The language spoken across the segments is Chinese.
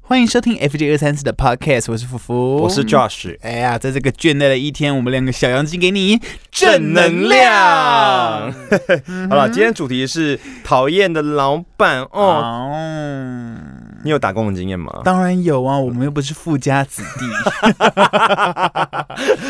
欢迎收听 FJ 二三四的 Podcast，我是福福，我是 Josh，哎呀，在这个倦怠的一天，我们两个小羊精给你正能量。 好了，今天主题是讨厌的老板哦。哦。你有打工的经验吗？当然有啊，我们又不是富家子弟。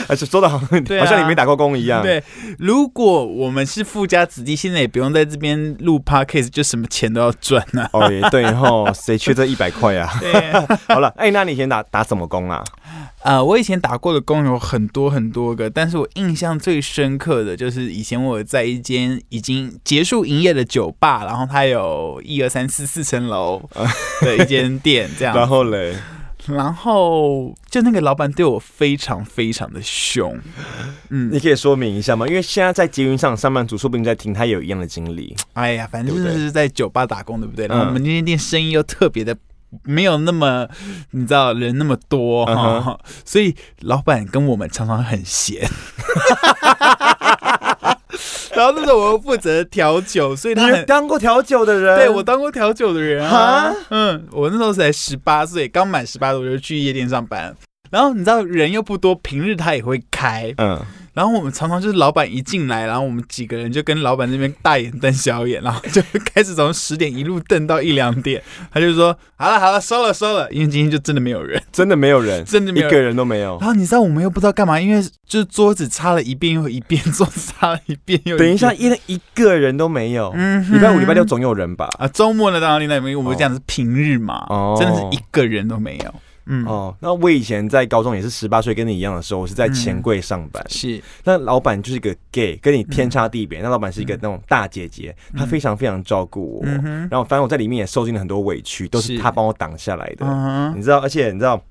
而且哎说的好像、对啊好像你没打过 工一样。，对，如果我们是富家子弟，现在也不用在这边录 podcast，就什么钱都要赚啊。哦也对吼，谁缺这一百块啊？ 对，好了，哎、那你以前打打什么工啊？呃，我以前打过的工有很多很多个，但是我印象最深刻的就是以前我有在一间已经结束营业的酒吧，然后它有一二三四四层楼的一间店这样，后嘞，然后就那个老板对我非常非常的凶，嗯，你可以说明一下吗？因为现在在捷运上上班族，说不定在听他也有一样的经历。哎呀，反正对就不对是在酒吧打工，对不对？然后嗯我们那间店生意又特别的。没有那么，你知道人那么多哈、嗯所以老板跟我们常常很闲。然后那时候我又负责调酒，所以他你很当过调酒的人？对我当过调酒的人啊哈。嗯，我那时候才十八岁，刚满十八岁我就去夜店上班。然后你知道人又不多，平日他也会开，嗯，然后我们常常就是老板一进来，然后我们几个人就跟老板那边大眼瞪小眼，然后就开始从十点一路瞪到一两点。他就说：“好了好了，收了收了。”因为今天就真的没有人，真的没有人，真的没一有个人。人都没有然。后你知道我们又不知道干嘛，因为就是桌子擦了一遍又一遍，桌子擦了一遍又一遍。等一下，，一一个人都没有。嗯哼，礼拜五、礼拜六总有人吧？啊，周末呢当然另外没有，我们哦讲的是平日嘛，哦真的是一个人都没有。嗯，哦，那我以前在高中也是十八岁，跟你一样的时候，我是在钱嗯柜上班。是那老板就是一个 gay，跟你天差地别。嗯那老板是一个那种大姐姐，她非常非常照顾我。嗯哼然后反正我在里面也受尽了很多委屈，都是是她帮我挡下来的。嗯哼，你知道，而且你知道。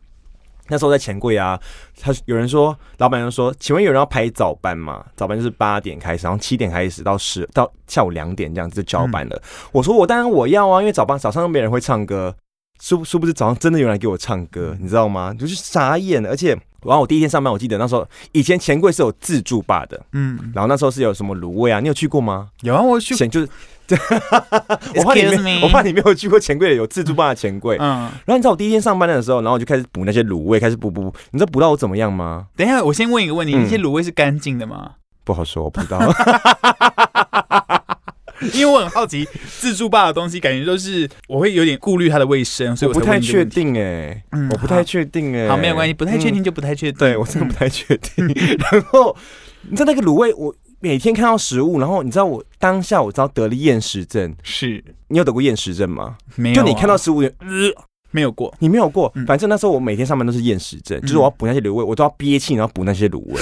那时候在钱柜啊，他有人说，老板就说，请问有人要排早班吗？早班就是八点开始，然后七点开始到十到下午两点这样子就交班了。嗯我说我当然我要啊，因为早班早上都没人会唱歌，殊殊不知早上真的有人来给我唱歌，嗯你知道吗？就是傻眼了。而且，然后我第一天上班，我记得那时候以前钱柜是有自助吧的，嗯，然后那时候是有什么卤味啊，你有去过吗？有啊，我去，钱就是，我怕你 Excuse 没 me 我怕你没有去过钱柜有自助吧的钱柜。嗯，然后你知道我第一天上班的时候，然后我就开始补那些卤味，开始补补补。你知道补到我怎么样吗？等一下，我先问一个问题，嗯那些卤味是干净的吗？ 不好说，我不知道。因为我很好奇自助吧的东西，感觉都是我会有点顾虑它的卫生，所以我我不才太问这个确问题。定哎、嗯我不太确定哎、好，没有关系，不太确定嗯就不太确定。对我真的不太确 定。然后你知道那个卤味，我每天看到食物，然后你知道我当下我知道得了厌食症。是你有得过厌食症吗？没有啊、就你看到食物， 呃没有过？你没有过嗯。反正那时候我每天上班都是厌食症，就是我要补那些卤味，我都要憋气，然后补那些卤味。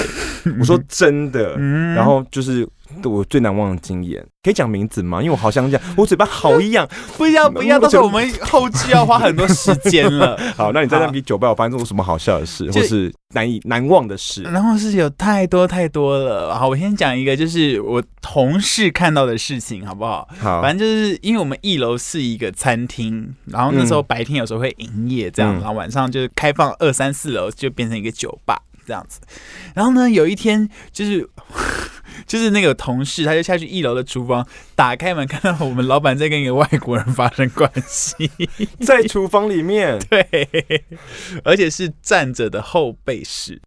我说真的，嗯呃然后就是我最难忘的经验，可以讲名字吗？因为我好想讲，我嘴巴好痒。不要不要，我到觉得时候我们后期要花很多时间 了。好，那你在那比酒吧有发生过什么好笑的事，就嗯或是难以难忘的事？然后是有太多太多了。好，我先讲一个，就是我同事看到的事情，好不好？好，反正就是因为我们一楼是一个餐厅，然后那时候白天有时候会营业这样，嗯然后晚上就是开放二三四楼就变成一个酒吧这样子。然后呢，有一天就是 就是那个同事他就下去一楼的厨房打开门，看到我们老板在跟一个外国人发生关 系，在厨房 里面对，而且是站着的后背式。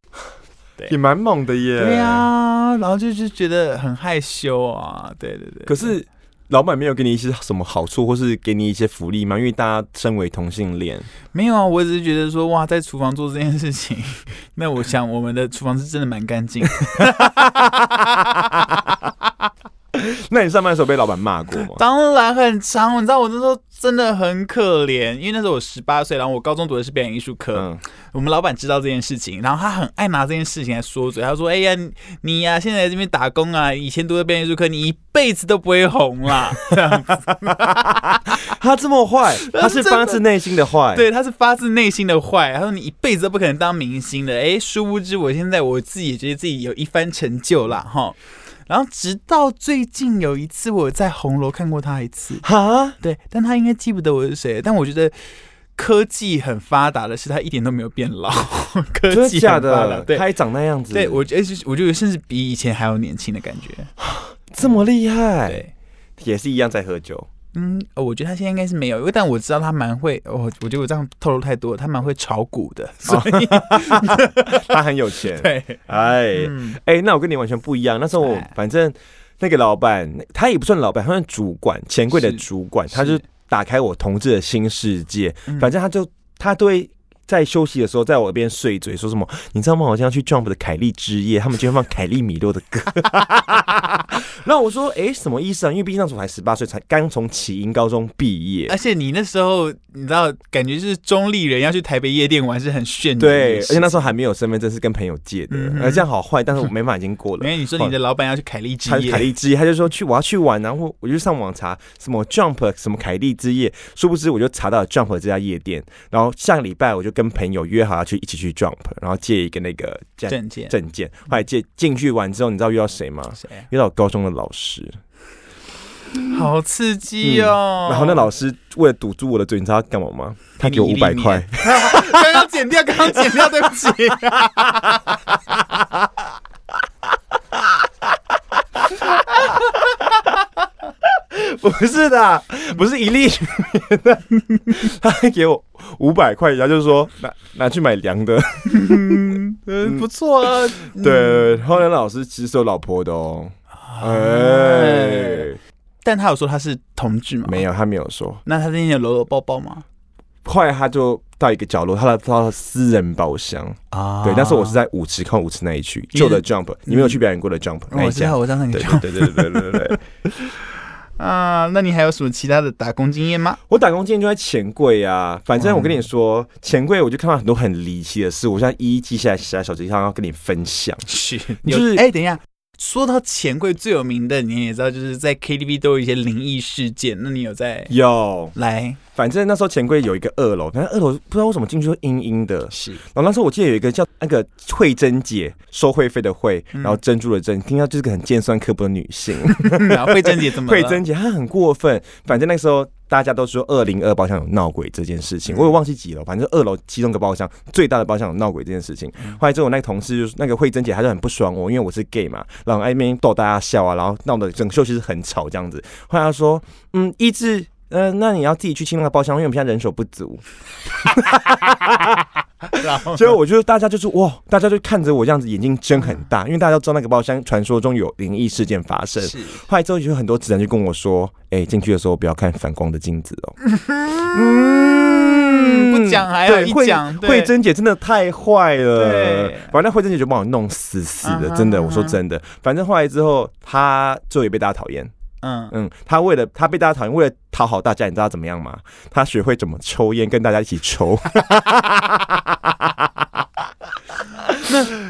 也蛮猛的耶。对，啊，然后就是觉得很害羞啊，对对对。可是。老板没有给你一些什么好处，或是给你一些福利吗？因为大家身为同性恋，没有啊，我只是觉得说，哇，在厨房做这件事情， 那我想我们的厨房是真的蛮干净的。那你上班的时候被老板骂过吗？当然很长，你知道我那时候真的很可怜，因为那时候我十八岁，然后我高中读的是表演艺术科，嗯，我们老板知道这件事情，然后他很爱拿这件事情来说嘴，他说：“哎呀，你你呀、现在在这边打工啊，以前读的表演艺术科，你一辈子都不会红啦。他这 么坏，他是发自内心的坏。对，他是发自内心的坏。他说你一辈子都不可能当明星的。哎，殊不知我现在我自己也觉得自己有一番成就啦，哈。然后直到最近有一次我在红楼看过他一次，哈，对，但他应该记不得我是谁。但我觉得科技很发达的是，他一点都没有变老， 科真的技假很发达。的？他对，还长那样子，对我觉得就是我觉得甚至比以前还要年轻的感觉。这么厉害，对，也是一样在喝酒。嗯，呃我觉得他现在应该是没有，因为但我知道他蛮会，我、我觉得我这样透露太多了，他蛮会炒股的，所以、。哦 他很有钱对，哎嗯哎，那我跟你完全不一样。那时候我哎反正那个老板，那他也不算老板，他算主管，钱柜的是主管，是他就打开我同志的新世界。嗯反正他就他都会在休息的时候，在我耳边碎嘴说什么，你知道吗？我今天要去 Jump 的凯利之夜，他们今天放凯利米洛的 歌。 然后我说，哎、什么意思啊？因为毕竟那时候我才十八岁，才刚从启英高中毕业。而且你那时候你知道，感觉是中立人要去台北夜店玩是很炫的一对，而件事，且那时候还没有身份证，是跟朋友借的嗯。哼而这样好坏，但是我没法已经过了没。有你说你的老板要去凯利之他是凯夜，利之夜，他就说去我要去玩，然后我 就上网查什么 Jump 什么凯利之夜，殊不知我就查到了 Jump 这家夜店，然后下个礼拜我就跟朋友约好要去一起去 Jump，然后借一个那个证证件证件，后来借进去玩之后，你知道遇到谁吗？谁啊？遇到我高中的老师，好刺激哦！嗯然后那老师为了堵住我的嘴，你知道他干嘛吗？他给我你五一粒百米块，刚刚剪掉，刚刚剪掉，对不起。 不是的，不是一粒米的， 他给我五百块，然后就说拿拿去买凉的。嗯，不错啊。嗯对，后来老师其实是有老婆的哦。啊哎，但他有说他是同志吗？没有。有，他没有说。那他那天有搂搂抱抱吗？后来他就到一个角落，他的到私人包厢。啊对，那时候我是在舞池靠舞池那一区，你是旧的 Jump，你没有去表演过的 Jump 那我一知道，家。哦我知道那个对叫对对对对 对对对。啊。那你还有什么其他的打工经验吗？我打工经验就在钱柜啊，反正我跟你说，钱柜我就看到很多很离奇的事，我现在一一记下来，写在小纸上要跟你分享。是，就 就是是哎，等一下。说到钱柜最有名的，你也知道，就是在 KTV 都有一些灵异事件。那你有在有，来？反正那时候钱柜有一个二楼，但是二楼不知道为什么进去都阴阴的，是然后那时候我记得有一个叫那个慧珍姐，收会费的慧，嗯然后珍珠的珍，听到就是个很尖酸刻薄的女性。 然后慧珍姐怎么了？慧珍姐她很过分，反正那时候大家都说二零二包厢有闹鬼这件事嗯情，我也忘记几楼，反正二楼其中一个包厢最大的包厢有闹鬼这件事情。嗯后来之后我那个同事就是那个慧珍姐，她就很不爽我，因为我是 gay 嘛，然后爱面逗大家笑啊，然后闹得整个秀其实很吵这样子。后来她说，嗯，一志。呃，那你要自己去清那个包厢，因为我们现在人手不足。 然后所以我就大家就是哇，大家就看着我这样子，眼睛睁很大，因为大家都知道那个包厢传说中有灵异事件发生。是后来之后就有很多直男就跟我说：“哎、进去的时候不要看反光的镜子 哦。”嗯嗯不讲还好对一慧讲对慧珍姐真的太坏了对，反正慧珍姐就把我弄死死的嗯，哼真的，嗯哼我说真的。反正后来之后，她最后也被大家讨厌。嗯，嗯，她为了她被大家讨厌，为了讨好大家，你知道她怎么样吗？她学会怎么抽烟，跟大家一 起抽。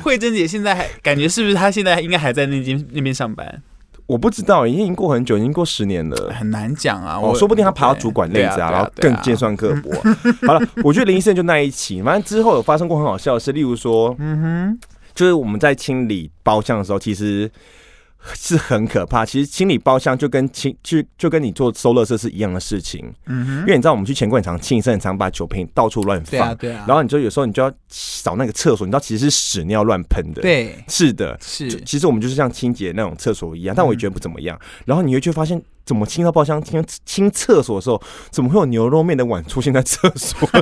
慧珍姐现在还感觉是不是她现在应该还在那间那边上班？我不知道，已经过很久，已经过十年了。很难讲啊，哦，我说不定他爬到主管位置对啊，啊，然后对啊更尖。酸刻薄。啊 好了，我觉得林医生就那一期，反正之后有发生过很好笑的事，例如说，对啊嗯就是我们在清理包厢的时候，其实是很可怕。其实清理包厢就跟清就就跟你做收垃圾是一样的事情，哼，嗯因哼，为你知道我们去钱柜很常清，是很常把酒瓶到处乱对啊，放，对啊，然后你就有时候你就要扫那个厕所，你知道其实是屎尿乱喷的。，对是的，就是其实我们就是像清洁那种厕所一样，但我也觉得不怎么样。然后你会就发现，怎么清到包厢、清清厕所的时候，怎么会有牛肉面的碗出现在厕所？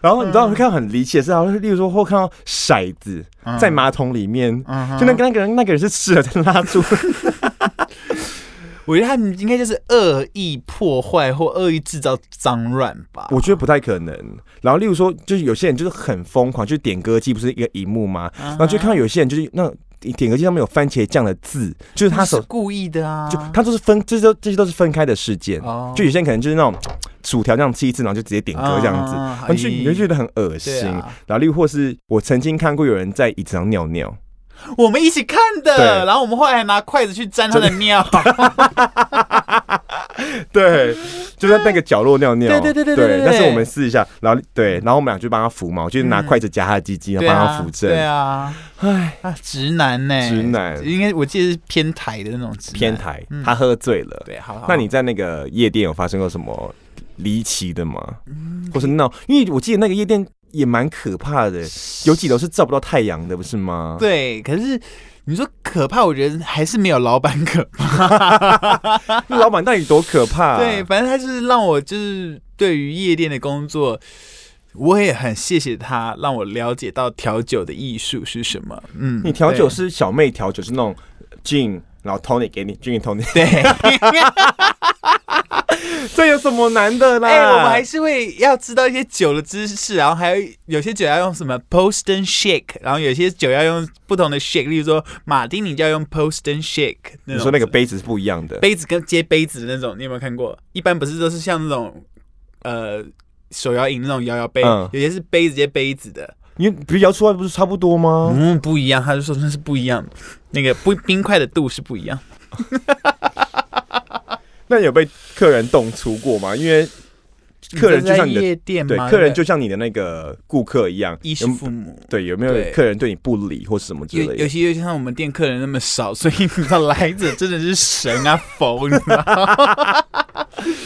然后你知道会看到很离奇的事啊，例如说会看到骰子在马桶里面，嗯哼就那个那个人那个人是吃了 才拉出来，我觉得他们应该就是恶意破坏或恶意制造脏乱吧。我觉得不太可能。然后例如说，就是有些人就是很疯狂，就是点歌机不是一个荧幕吗？然后就看到有些人就是那种点歌机上面有番茄酱的字，就是他他手是故意的啊，就它都是分，这些都这些都是分开的事件。哦就有些人可能就是那种薯条这样吃一次，然后就直接点歌这样子，啊然后就你就觉得很恶对心。啊，然后，例如或是我曾经看过有人在椅子上尿尿，我们一起看的，对然后我们后来还拿筷子去沾他的 尿，对，就在那个角落尿尿。对对对对对对对但是我们试一下，然后对，然后我们俩就帮他扶嘛，我就拿嗯筷子夹他的鸡鸡，然后对帮他啊，扶正。对啊，唉，啊，直男呢？直男应该我记得是偏台的那种直男偏台嗯，他喝醉了。对，好好。那你在那嗯个夜店有发生过什么离奇的吗？或是闹？因为我记得那个夜店也蛮可怕的，有几楼是照不到太阳的，不是吗？对，可是你说可怕，我觉得还是没有老板可怕。那老板到底多可怕、对，，反正他就是让我就是对于夜店的工作。我也很谢谢他，让我了解到调酒的艺术是什么。嗯，你调酒对是小妹调酒，是那种 gin，然后 tonic 给你 gin tonic，对， 这有什么难的啦？哎、我们还是会要知道一些酒的知识，然后还有有些酒要用什么 Boston Shake，然后有些酒要用不同的 shake，例如说马丁尼就要用 Boston Shake 那你种。说那个杯子是不一样的，杯子跟接杯子的那种，你有没有看过？一般不是都是像那种呃手摇饮那种摇摇杯，嗯有些是杯子接杯子的。你比较出来不是差不多吗？嗯，不一样，他就说那是不一样的，那个不冰块的度是不一样。那有被客人动粗过吗？因为客人就像你在的夜店对吗？客人就像你的那个顾客一样，衣食有父母。对有没有对客人对你不理或是什么之有类有的？些就像我们店客人那么少，所以你知道来者真的是神啊佛，你知道吗？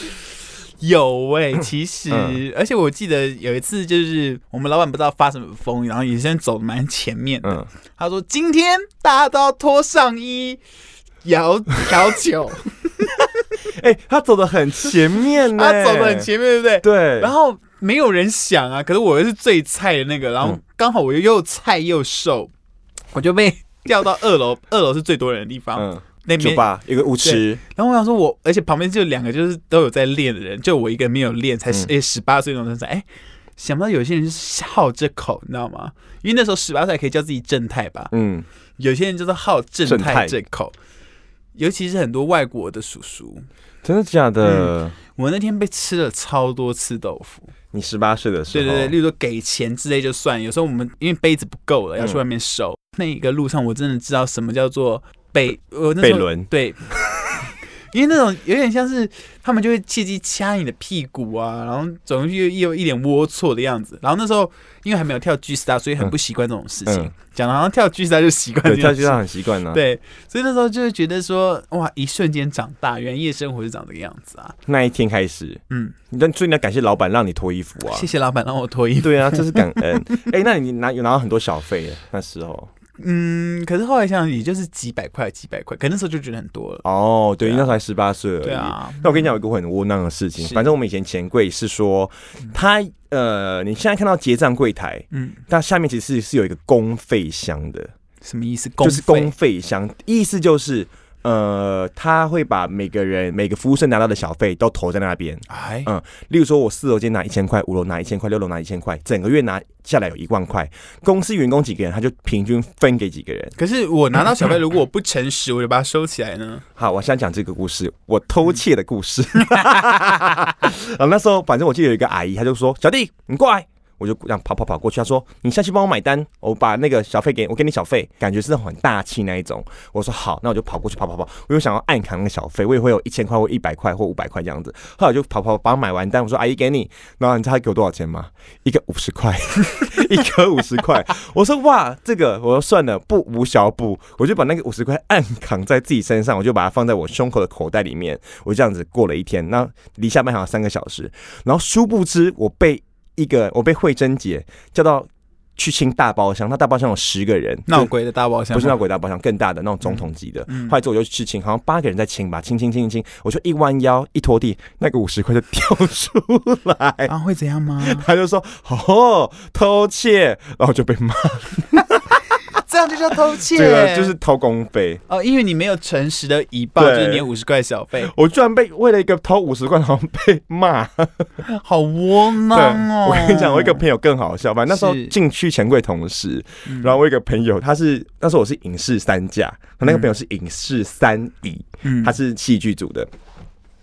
有 哎、其实、嗯而且我记得有一次，就是我们老板不知道发什么疯，然后有些人走得蛮前面的，嗯，他说今天大家都要脱上衣摇 摇 酒，哎、他走的很前面呢、他走得很，前面，对不对？对，然后没有人想啊，可是我又是最菜的那个，然后嗯刚好我又又菜又瘦，我就被调到二楼，二楼是最多人的地方，嗯，那边酒。吧有个舞池，然后我想说我，而且旁边就两个就是都有在练的人，就我一个没有练，才十嗯诶十八岁那种身材，哎。想不到有些人就是好这口，你知道吗？因为那时候十八岁还可以叫自己正太吧，嗯，有些人就是好正正太太这口，尤其是很多外国的叔叔。真的假的？我那天被吃了超多次豆腐，你十八岁的时对候，对对，例如说给钱之类就算，有时候我们因为杯子不够了，要去嗯外面收。那一个路上，我真的知道什么叫做被我那贝时候伦，对， 因为那种有点像是他们就会借机掐你的屁股啊，然后总是又又有一脸龌龊的样子。然后那时候因为还没有跳 G star，所以很不习惯这种事情。嗯讲的好像跳 G star 就习惯对，这件跳事街上很习惯呢。，对，所以那时候就会觉得说，哇，一瞬间长大，原来夜生活是长这个样子啊。那一天开始，嗯，但所以你要感谢老板让你脱衣服啊。谢谢老板让我脱衣服。对啊，这是感恩。哎、那你拿有拿到很多小费耶那 时候？嗯，可是后来想想，也就是几百块、几百块，可那时候就觉得很多了。哦，对，对啊因为那时候还十八岁而已。对啊，那我跟你讲有一个很窝囊的事情，是反正我们以前钱柜是说，他呃，你现在看到结账柜台，嗯，但下面其实是是有一个公费箱的，什么意思？公就是费公费箱，意思就是呃，他会把每个人每个服务生拿到的小费都投在那边。哎，嗯例如说，我四楼间拿一千块，五楼拿一千块，六楼拿一千块，整个月拿下来有一万块。公司员工几个人，他就平均分给几个人。可是我拿到小费，如果我不诚实，我就把它收起来 呢。好，我现在讲这个故事，我偷窃的故事。 啊，那时候反正我记得有一个阿姨，她就说：“小弟，你过来。”我就这样跑跑跑过去，她说：“你下去帮我买单，我把那个小费给你我给你小费。”感觉是那种很大气那一种。我说好，那我就跑过去跑跑跑，我又想要暗扛那个小费，我也会有一千块或一百块或五百块这样子。后来我就跑跑把它买完单，我说阿姨给你，然后你知道她给我多少钱吗？一个五十块， 一颗五十块。我说哇，这个我说算了，不无小补，我就把那个五十块暗扛在自己身上，我就把它放在我胸口的口袋里面，我这样子过了一天，那离下班还有三个小时，然后殊不知我被一个我被慧珍姐叫到去清大包厢，那大包厢有十个人，闹鬼的大包厢不是那鬼大包厢，更大的那种总统级的。嗯后来之后我就去清，好像八个人在清吧，清清清清清，我就一弯腰一拖地，那个五十块就掉出来。啊，会怎样吗？他就说：“哦，偷窃！”然后就被骂。 这样就叫偷窃，这个就是偷工费。哦，因为你没有诚实的以报，就对是你五十块小费，我居然被为了一个偷五十块，然后被骂。 好窝对，囊哦。我跟你讲，我一个朋友更好笑。反正那时候是进去钱柜同事，嗯，然后我一个朋友，他是那时候我是影视三甲，我那个嗯朋友是影视三乙，嗯他是戏剧组的。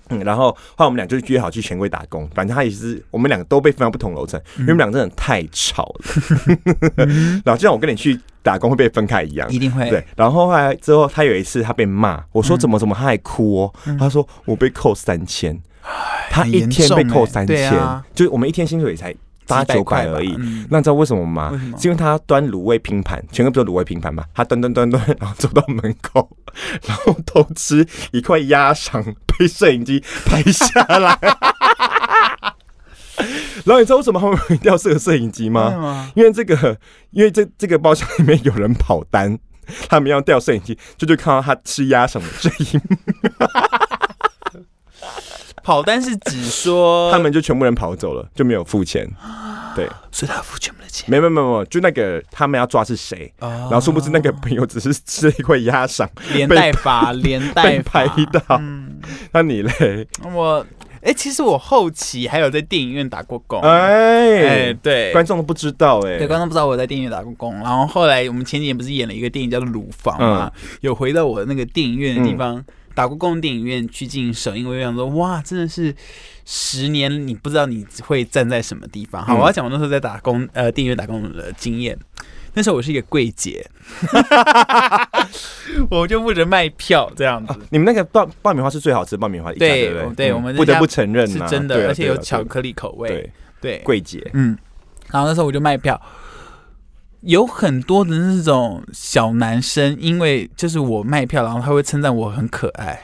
嗯，然后后来我们俩就约好去钱柜打工，反正他也是我们两个都被分到不同楼层，因为我们俩真的太吵了。 然后就像我跟你去打工会被分开一样，一定会嗯对，然后后来之后，他有一次他被骂，我说怎么怎么，他还哭哦，他说我被扣三千，他很一严天被重扣欸三对千啊，就是我们一天薪水也才八几百九块百吧而已。嗯那你知道为什么吗为什么？是因为他端卤味拼盘，全哥不是有卤味拼盘吗？他端端端端，然后走到门口， 然后偷吃一块鸭肠，被摄影机拍下来。 然后你知道为什么他们一定要设摄影机吗？吗？因为这个，因为这这个包厢里面有人跑单， 他们要调摄影机，这就看到他吃鸭什么这一幕，跑单是指说他，们就全部人跑走了，就没有付钱。对，所以他付全部的钱。没没没没，就那个他们要抓是谁，然然后殊不知那个朋友只是吃了一块鸭 掌，连带 罚，连带被罚拍到嗯，那你嘞？我哎、其实我后期还有在电影院打过工。哎、哎，对，观众都不知道哎对，，观众不知道我在电影院打过工，然后后来我们前几年不是演了一个电影叫做《乳房》嘛，嗯有回到我那个电影院的地方、打过工的电影院去进行首映，我就想说，哇，真的是十年，你不知道你会站在什么地方。好，嗯我要讲我那时候在打工，呃，电影院打工的经验。那时候我是一个柜 姐，我就负责卖票这样子啊。你们那个爆爆米花是最好吃的爆米花一家，对哦对不对嗯我们不得家不承认是呐真的，对啊而且有对啊巧克力口味。对对，柜姐， 嗯，然后那时候我就卖票，有很多的那种小男生，因为就是我卖票，然后他会称赞我很可 爱，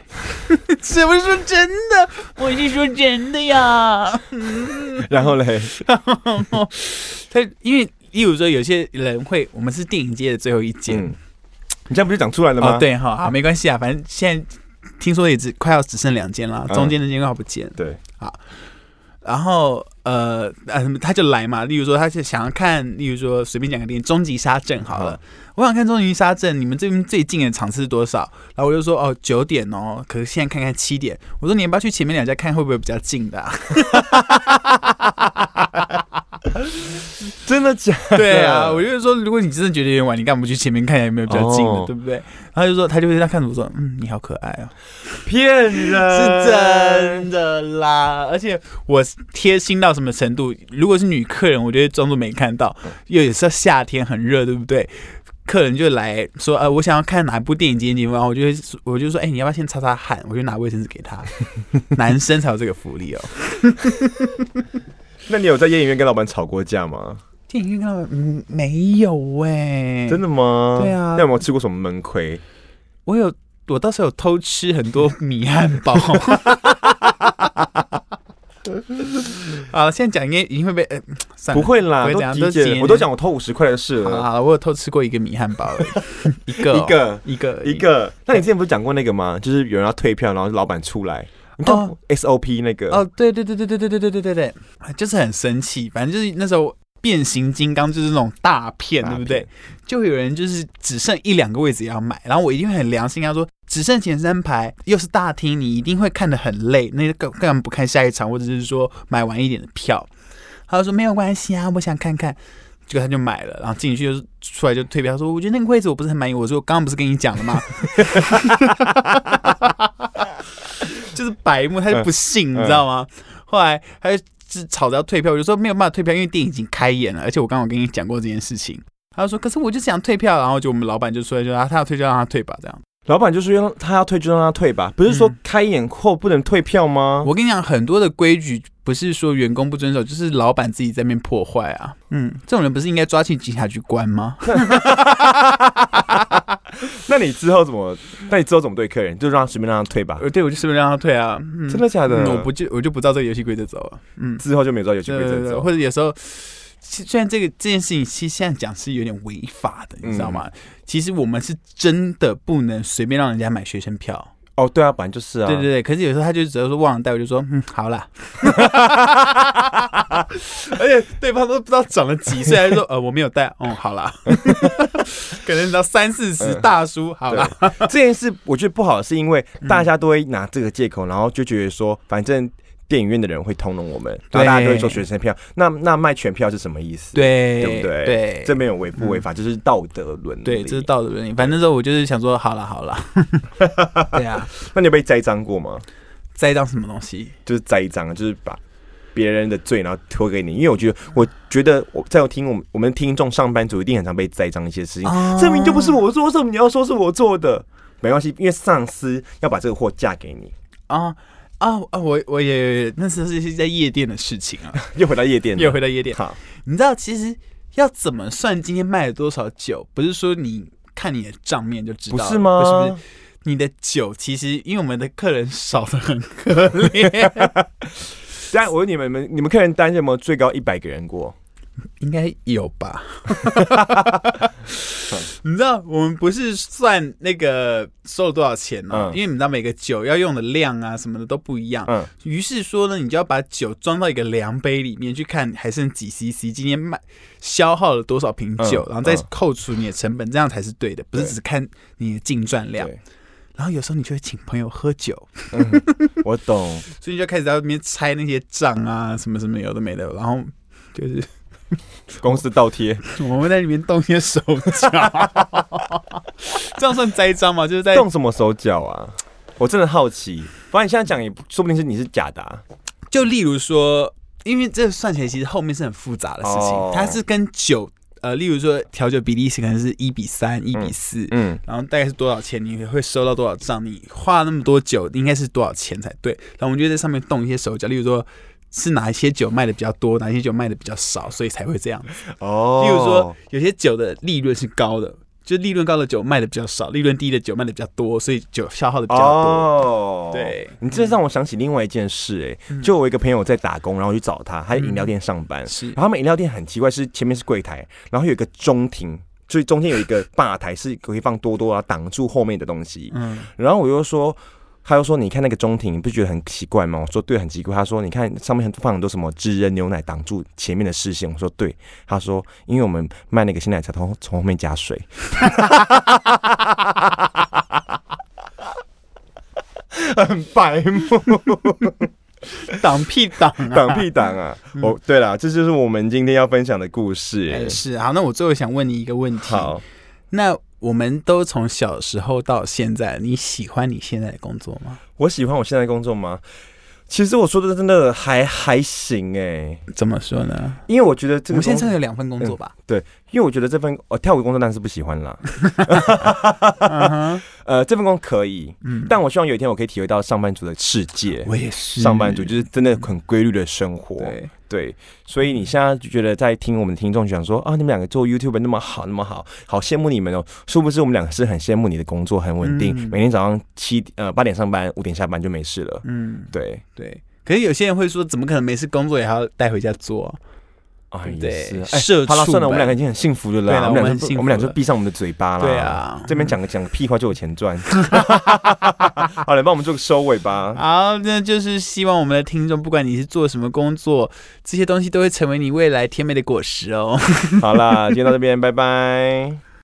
是不是说真的？我是说真的呀。然后嘞， 他因为例如说有些人会，我们是电影街的最后一间，嗯，你这样不就讲出来了哦吗？对哈，好没关系啊，反正现在听说也只快要只剩两间了，嗯中间那间刚好不见。对，然后呃呃，他就来嘛。例如说，他是想要看，例如说随便讲个电影《终极沙阵》好了，我想看《终极沙阵》，你们这边最近的场次是多少？然后我就说哦九点哦，可是现在看看七点。我说你要不要去前面两家看，会不会比较近的、 啊？真的假的？对啊，我就是说，如果你真的觉得有点晚，你干嘛不去前面看一下有没有比较近的，哦对不对？然后他就说，他就会在看着我说，嗯，你好可爱哦。骗人，是真的啦，而且我贴心到什么程度？如果是女客人，我就会装作没看到。嗯又有时候夏天很热，对不对？客人就来说，呃，我想要看哪部电影几点几分，然后我就会说，我就说，哎、你要不要先擦擦汗？我就拿卫生纸给 他。男生才有这个福利哦。那你有在电影院跟老板吵过架吗？电影院看到嗯没有哎、真的吗？对啊那有没有吃过什么闷亏？我有，我到时候有偷吃很多米汉 堡。好了，现在讲应该已经会被呃，算不了。会啦，不会都怎样极都简极简我都讲我偷五十块的事好了了，好了，我有偷吃过一个米汉堡 而已，一个哦一个一个而已一。个。那你之前不是讲过那个吗？就是有人要退票，然后老板出来，你看哦 SOP 那个哦，对对对对对对对对对对对，就是很生气，反正就是那时候。变形金刚就是那种大片，大对不片对？就会有人就是只剩一两个位置要买，然后我一定会很良心，跟他说只剩前三排，又是大厅，你一定会看得很累，那个干嘛不看下一场，或者是说买晚一点的票？他就说没有关系啊，我想看看，结果他就买了，然后进去就是出来就退票，他说我觉得那个位置我不是很满意，我说我刚刚不是跟你讲了吗？ 就是白目，他就不信，你知道吗？后来他就吵着要退票，我就说没有办法退票，因为电影已经开演了，而且我刚刚有跟你讲过这件事情。他就说：“可是我就想退票。”然后就我们老板就出来就说：“啊，他要退就让他退吧。”这样，老板就说让他要退就让他退吧，不是说嗯开演后不能退票吗？我跟你讲，很多的规矩不是说员工不遵守，就是老板自己在那边破坏啊。嗯，这种人不是应该抓去警察局关吗？那你之后怎么？那你之后怎么对客人？就让他随便让他退吧。呃，对，我就随便让他退啊。嗯、真的假的？嗯我不就我就不照这个游戏规则走了。嗯，之后就没有照游戏对规对则对，走。啊或者有时候，其虽然这个这件事情其实现在讲是有点违法的，你知道嗯吗？其实我们是真的不能随便让人家买学生票。哦，对啊，本来就是啊。对对对，可是有时候他就只是说忘了带，我就说嗯，好 啦。 而且对方都不知道长了几岁，还说呃我没有带，嗯，好 啦。可能到三四十嗯大叔，好啦。对， 这件事我觉得不好，是因为嗯大家都会拿这个借口，然后就觉得说，反正电影院的人会通融我们，然对后大家都会说学生票，那那卖全票是什么意 思？，对对不对对，这没有违不违法，就是道德伦理。对，这是道德伦理。反正之后我就是想说，好啦好啦。 对啊，那你有被栽赃过吗？栽赃什么东西？就是栽赃，啊就是把别人的罪然后推给你，因为我觉得，我觉得我在我听我们我们听众上班族一定很常被栽赃一些事情，啊证明就不是我做，为什么你要说是我做的？没关系，因为上司要把这个货嫁给你。啊啊啊！我我也那时候是在夜店的事情 啊，又回到夜店了，又回到夜店。好，你知道，其实要怎么算今天卖了多少酒，不是说你看你的账面就知道不了，是吗？不是不是，你的酒其实因为我们的客人少的很可怜，但我问你们，你们你们客人单有没有最高一百个人过？应该有 吧？你知道我们不是算那个收了多少钱吗、嗯因为你知道每个酒要用的量啊什么的都不一样。嗯，于是说呢，你就要把酒装到一个量杯里面去看还剩几 CC，今天卖消耗了多少瓶酒，嗯然后再嗯扣除你的成本，这样才是对的，不是对只看你的净赚量。对，嗯然后有时候你就会请朋友喝酒， 我懂。所以你就开始在那边拆那些账啊，什么什么有的没的，然后就是公司倒 贴，我们在里面动一些手脚， 这样算栽赃吗？就是在动什么手脚啊？我真的好奇。不然你现在讲也不说不定是你是假的、啊。就例如说，因为这算起来其实后面是很复杂的事情，哦它是跟酒呃，例如说调酒比例是可能是一比三、一比四、嗯，然后大概是多少钱，你会收到多少账，你花那么多酒应该是多少钱才对。然后我们就在上面动一些手脚，例如说。是哪一些酒卖的比较多，哪一些酒卖的比较少，所以才会这样。哦例如说，有些酒的利润是高的，就利润高的酒卖的比较少，利润低的酒卖的比较多，所以酒消耗的比较多。哦，对嗯你这让我想起另外一件事、哎、就我一个朋友在打工，然后我去找他，他在饮料店上班，是然后他们饮料店很奇怪，是前面是柜台，然后有一个中庭，就是中间有一个吧台，是可以放多多啊，挡住后面的东西。嗯，然后我又说，他又说，你看那个中庭，你不觉得很奇怪吗？我说对，很奇怪。他说，你看上面放很多什么汁人牛奶挡住前面的视线。我说对。他说，因为我们卖那个鲜奶茶，从从后面 加水。很白目，挡屁挡啊！挡屁挡啊！哦，对啦，这就是我们今天要分享的故事、嗯哎哎是好，那我最后想问你一个问题。好，那我们都从小时候到现在，你喜欢你现在的工作吗？我喜欢我现在的工作吗？其实我说的真的还还行哎、怎么说呢？因为我觉得我这个们现工在有两份工作吧？因为我觉得这份哦跳舞工作当然是不喜欢 啦， 呃，这份工可以，嗯，但我希望有一天我可以体会到上班族的世界。我也是上班族就是真的很规律的生活，对，对所以你现在就觉得在听我们听众讲说啊，你们两个做 YouTube 那么好，那么好，好羡慕你们哦，殊不知我们两个是很羡慕你的工作很稳定，嗯每天早上七呃八点上班，五点下班就没事了，嗯，对，对。可是有些人会说，怎么可能没事工作也还要带回家做啊？啊对不也是对，哎，社好了，畜算了，我们吧两个已经很幸福了对啦啦，我们我们两个很就幸我们俩福就了闭上我们的嘴巴啦，对啊，这 边讲个讲个屁话就有钱赚。 好了，帮我们做个收尾吧。好，那就是希望我们的听众，不管你是做什么工作，这些东西都会成为你未来甜美的果实哦。好啦，今天到这边，拜拜。